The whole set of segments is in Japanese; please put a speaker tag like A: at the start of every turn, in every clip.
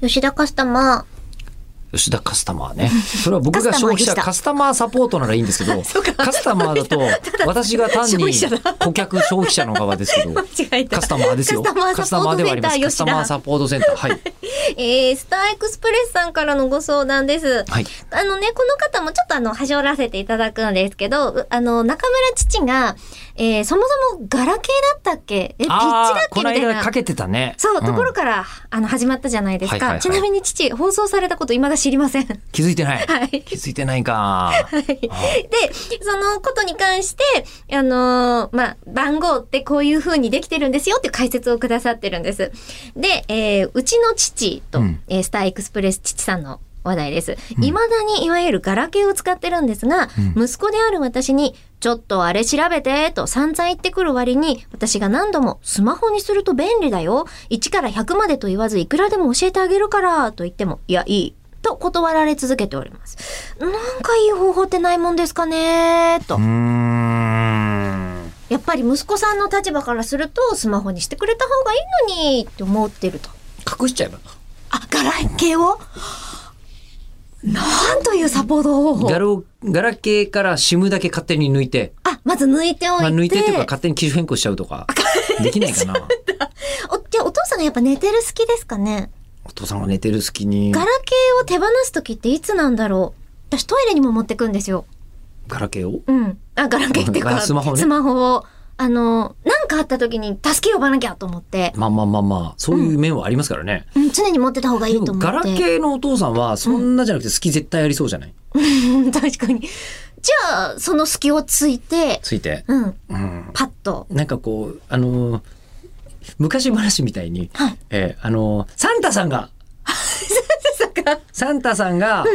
A: 吉田カスタマー。
B: 吉田カスタマーね。それは僕が消費者
A: カ
B: カスタマーサポートならいいんで すけど、カスタマーだと私が単
A: 消
B: に
A: 費者だ
B: 顧客消費者の側ですけ ど、
A: 間違えた
B: カスタマーですよ。
A: カスタマーサポート
B: カスタマーではあります。カス
A: セ
B: タ
A: ンター吉田
B: マーサポートセンター。はい。
A: えー、スターエクスプレスさんからのご相談です。
B: はい。
A: あのね、この方もちょっとあの、はしょらせていただくんですけど、うあの、中村父が、えー、そもそもガラケーだったっけえ、ピッチだっ
B: ああ、
A: け
B: こ
A: み
B: の
A: たい
B: 間
A: な
B: か。けてたね。
A: そう、
B: ん
A: ところから、あの、始まったじゃないですか。
B: はいはいはい
A: ちなみに父、放送されたこと未だ知りません。 は
B: 気づいてない。
A: はい
B: 気づいてな いか。
A: い。で、そのことに関して、あのーまあ、番号ってこういう風にできてるんですよっていう解説をくださってるんです。で、えーうちの父と、
B: うん
A: えースターエクスプレス父さんの話題です。未だにいわゆるガラケーを使ってるんですが、息子である私に、ちょっとあれ調べて、と散々言ってくる割に、私が何度もスマホにすると便利だよ。1から100までと言わず、いくらでも教えてあげるから、と言っても、いや、いい。と断られ続けております。なんかいい方法ってないもんですかねと
B: うー。ん。
A: やっぱり息子さんの立場からすると、スマホにしてくれた方がいいのに、って思ってると。
B: 隠しちゃえば。
A: あ、ガラケーをなんというサポート方法
B: ガロガラケーから SIM だけ勝手に抜いて、
A: あ、まず抜いておいて。
B: まあ、抜いてっていうか勝手に機種変更しちゃう とか、できないかな。
A: おじゃあお父さんがやっぱ寝てる好きですかね
B: お父さんが寝てる隙に
A: ガラケーを手放す時っていつなんだろう私トイレにも持ってくんですよ。
B: ガラケーを
A: うん。あ、ガラケーっていうか、
B: あスマホね
A: を。あの、なんかあった時に助け呼ばなきゃと思って、
B: まあまあまあまあ、そういう面はありますからね。
A: うん、常に持ってた方がいい
B: で
A: と思
B: も
A: って。
B: ガラケーのお父さんはそんなじゃなくて隙絶対ありそうじゃない、
A: うん確かに。じゃあ、その隙をついて、
B: ついて、
A: うん、
B: うん、
A: パッと。
B: なんかこうあのー昔話みたいに、
A: はい
B: えーあのーサンタさんが
A: そっか。
B: サンタさんが、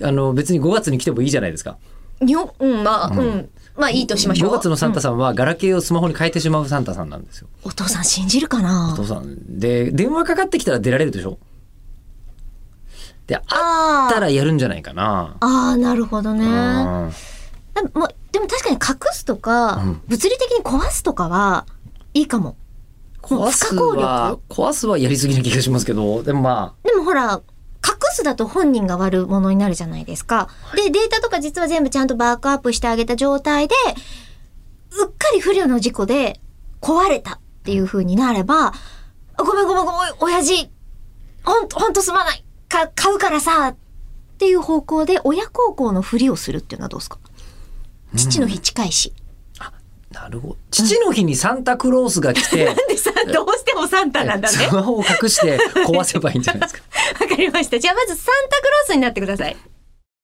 B: あの別に5月に来てもいいじゃないですか
A: にょ、うん、まあ、うん。まあ、いいとしましょう。
B: 5月のサン
A: う
B: タ
A: ん
B: さんはガラケーをスマホに変えてしまうサンタさんなんですよ、
A: お父さん信じるか
B: お
A: な
B: 父さんで電話かかってきたら出られるでしょであ
A: あ
B: った
A: あ。
B: らやるんじゃないかな
A: ああ、なるほどね。
B: うん
A: でもまあでも確かに隠すとか、
B: うん
A: 物理的に壊すとかはいいかも。
B: 壊すは壊すはやりすぎな気がしますけどでもま
A: でもほら、隠すだと本人が悪者になるじゃないですか。で、データとか実は全部ちゃんとバックアップしてあげた状態で、うっかり不慮の事故で壊れたっていう風になれば、あごめんごめんごめん、親父、ほんと、ほんとすまない。か、買うからさ、っていう方向で親孝行のふりをするっていうのはどうですか父の日近いし。
B: あなるほど父の日にサンタクロースが来て、
A: でさ、どうしてもサンタ
B: スマホを隠して壊せばいいんじゃないですか。
A: わかりました。じゃあまずサンタクロースになってください。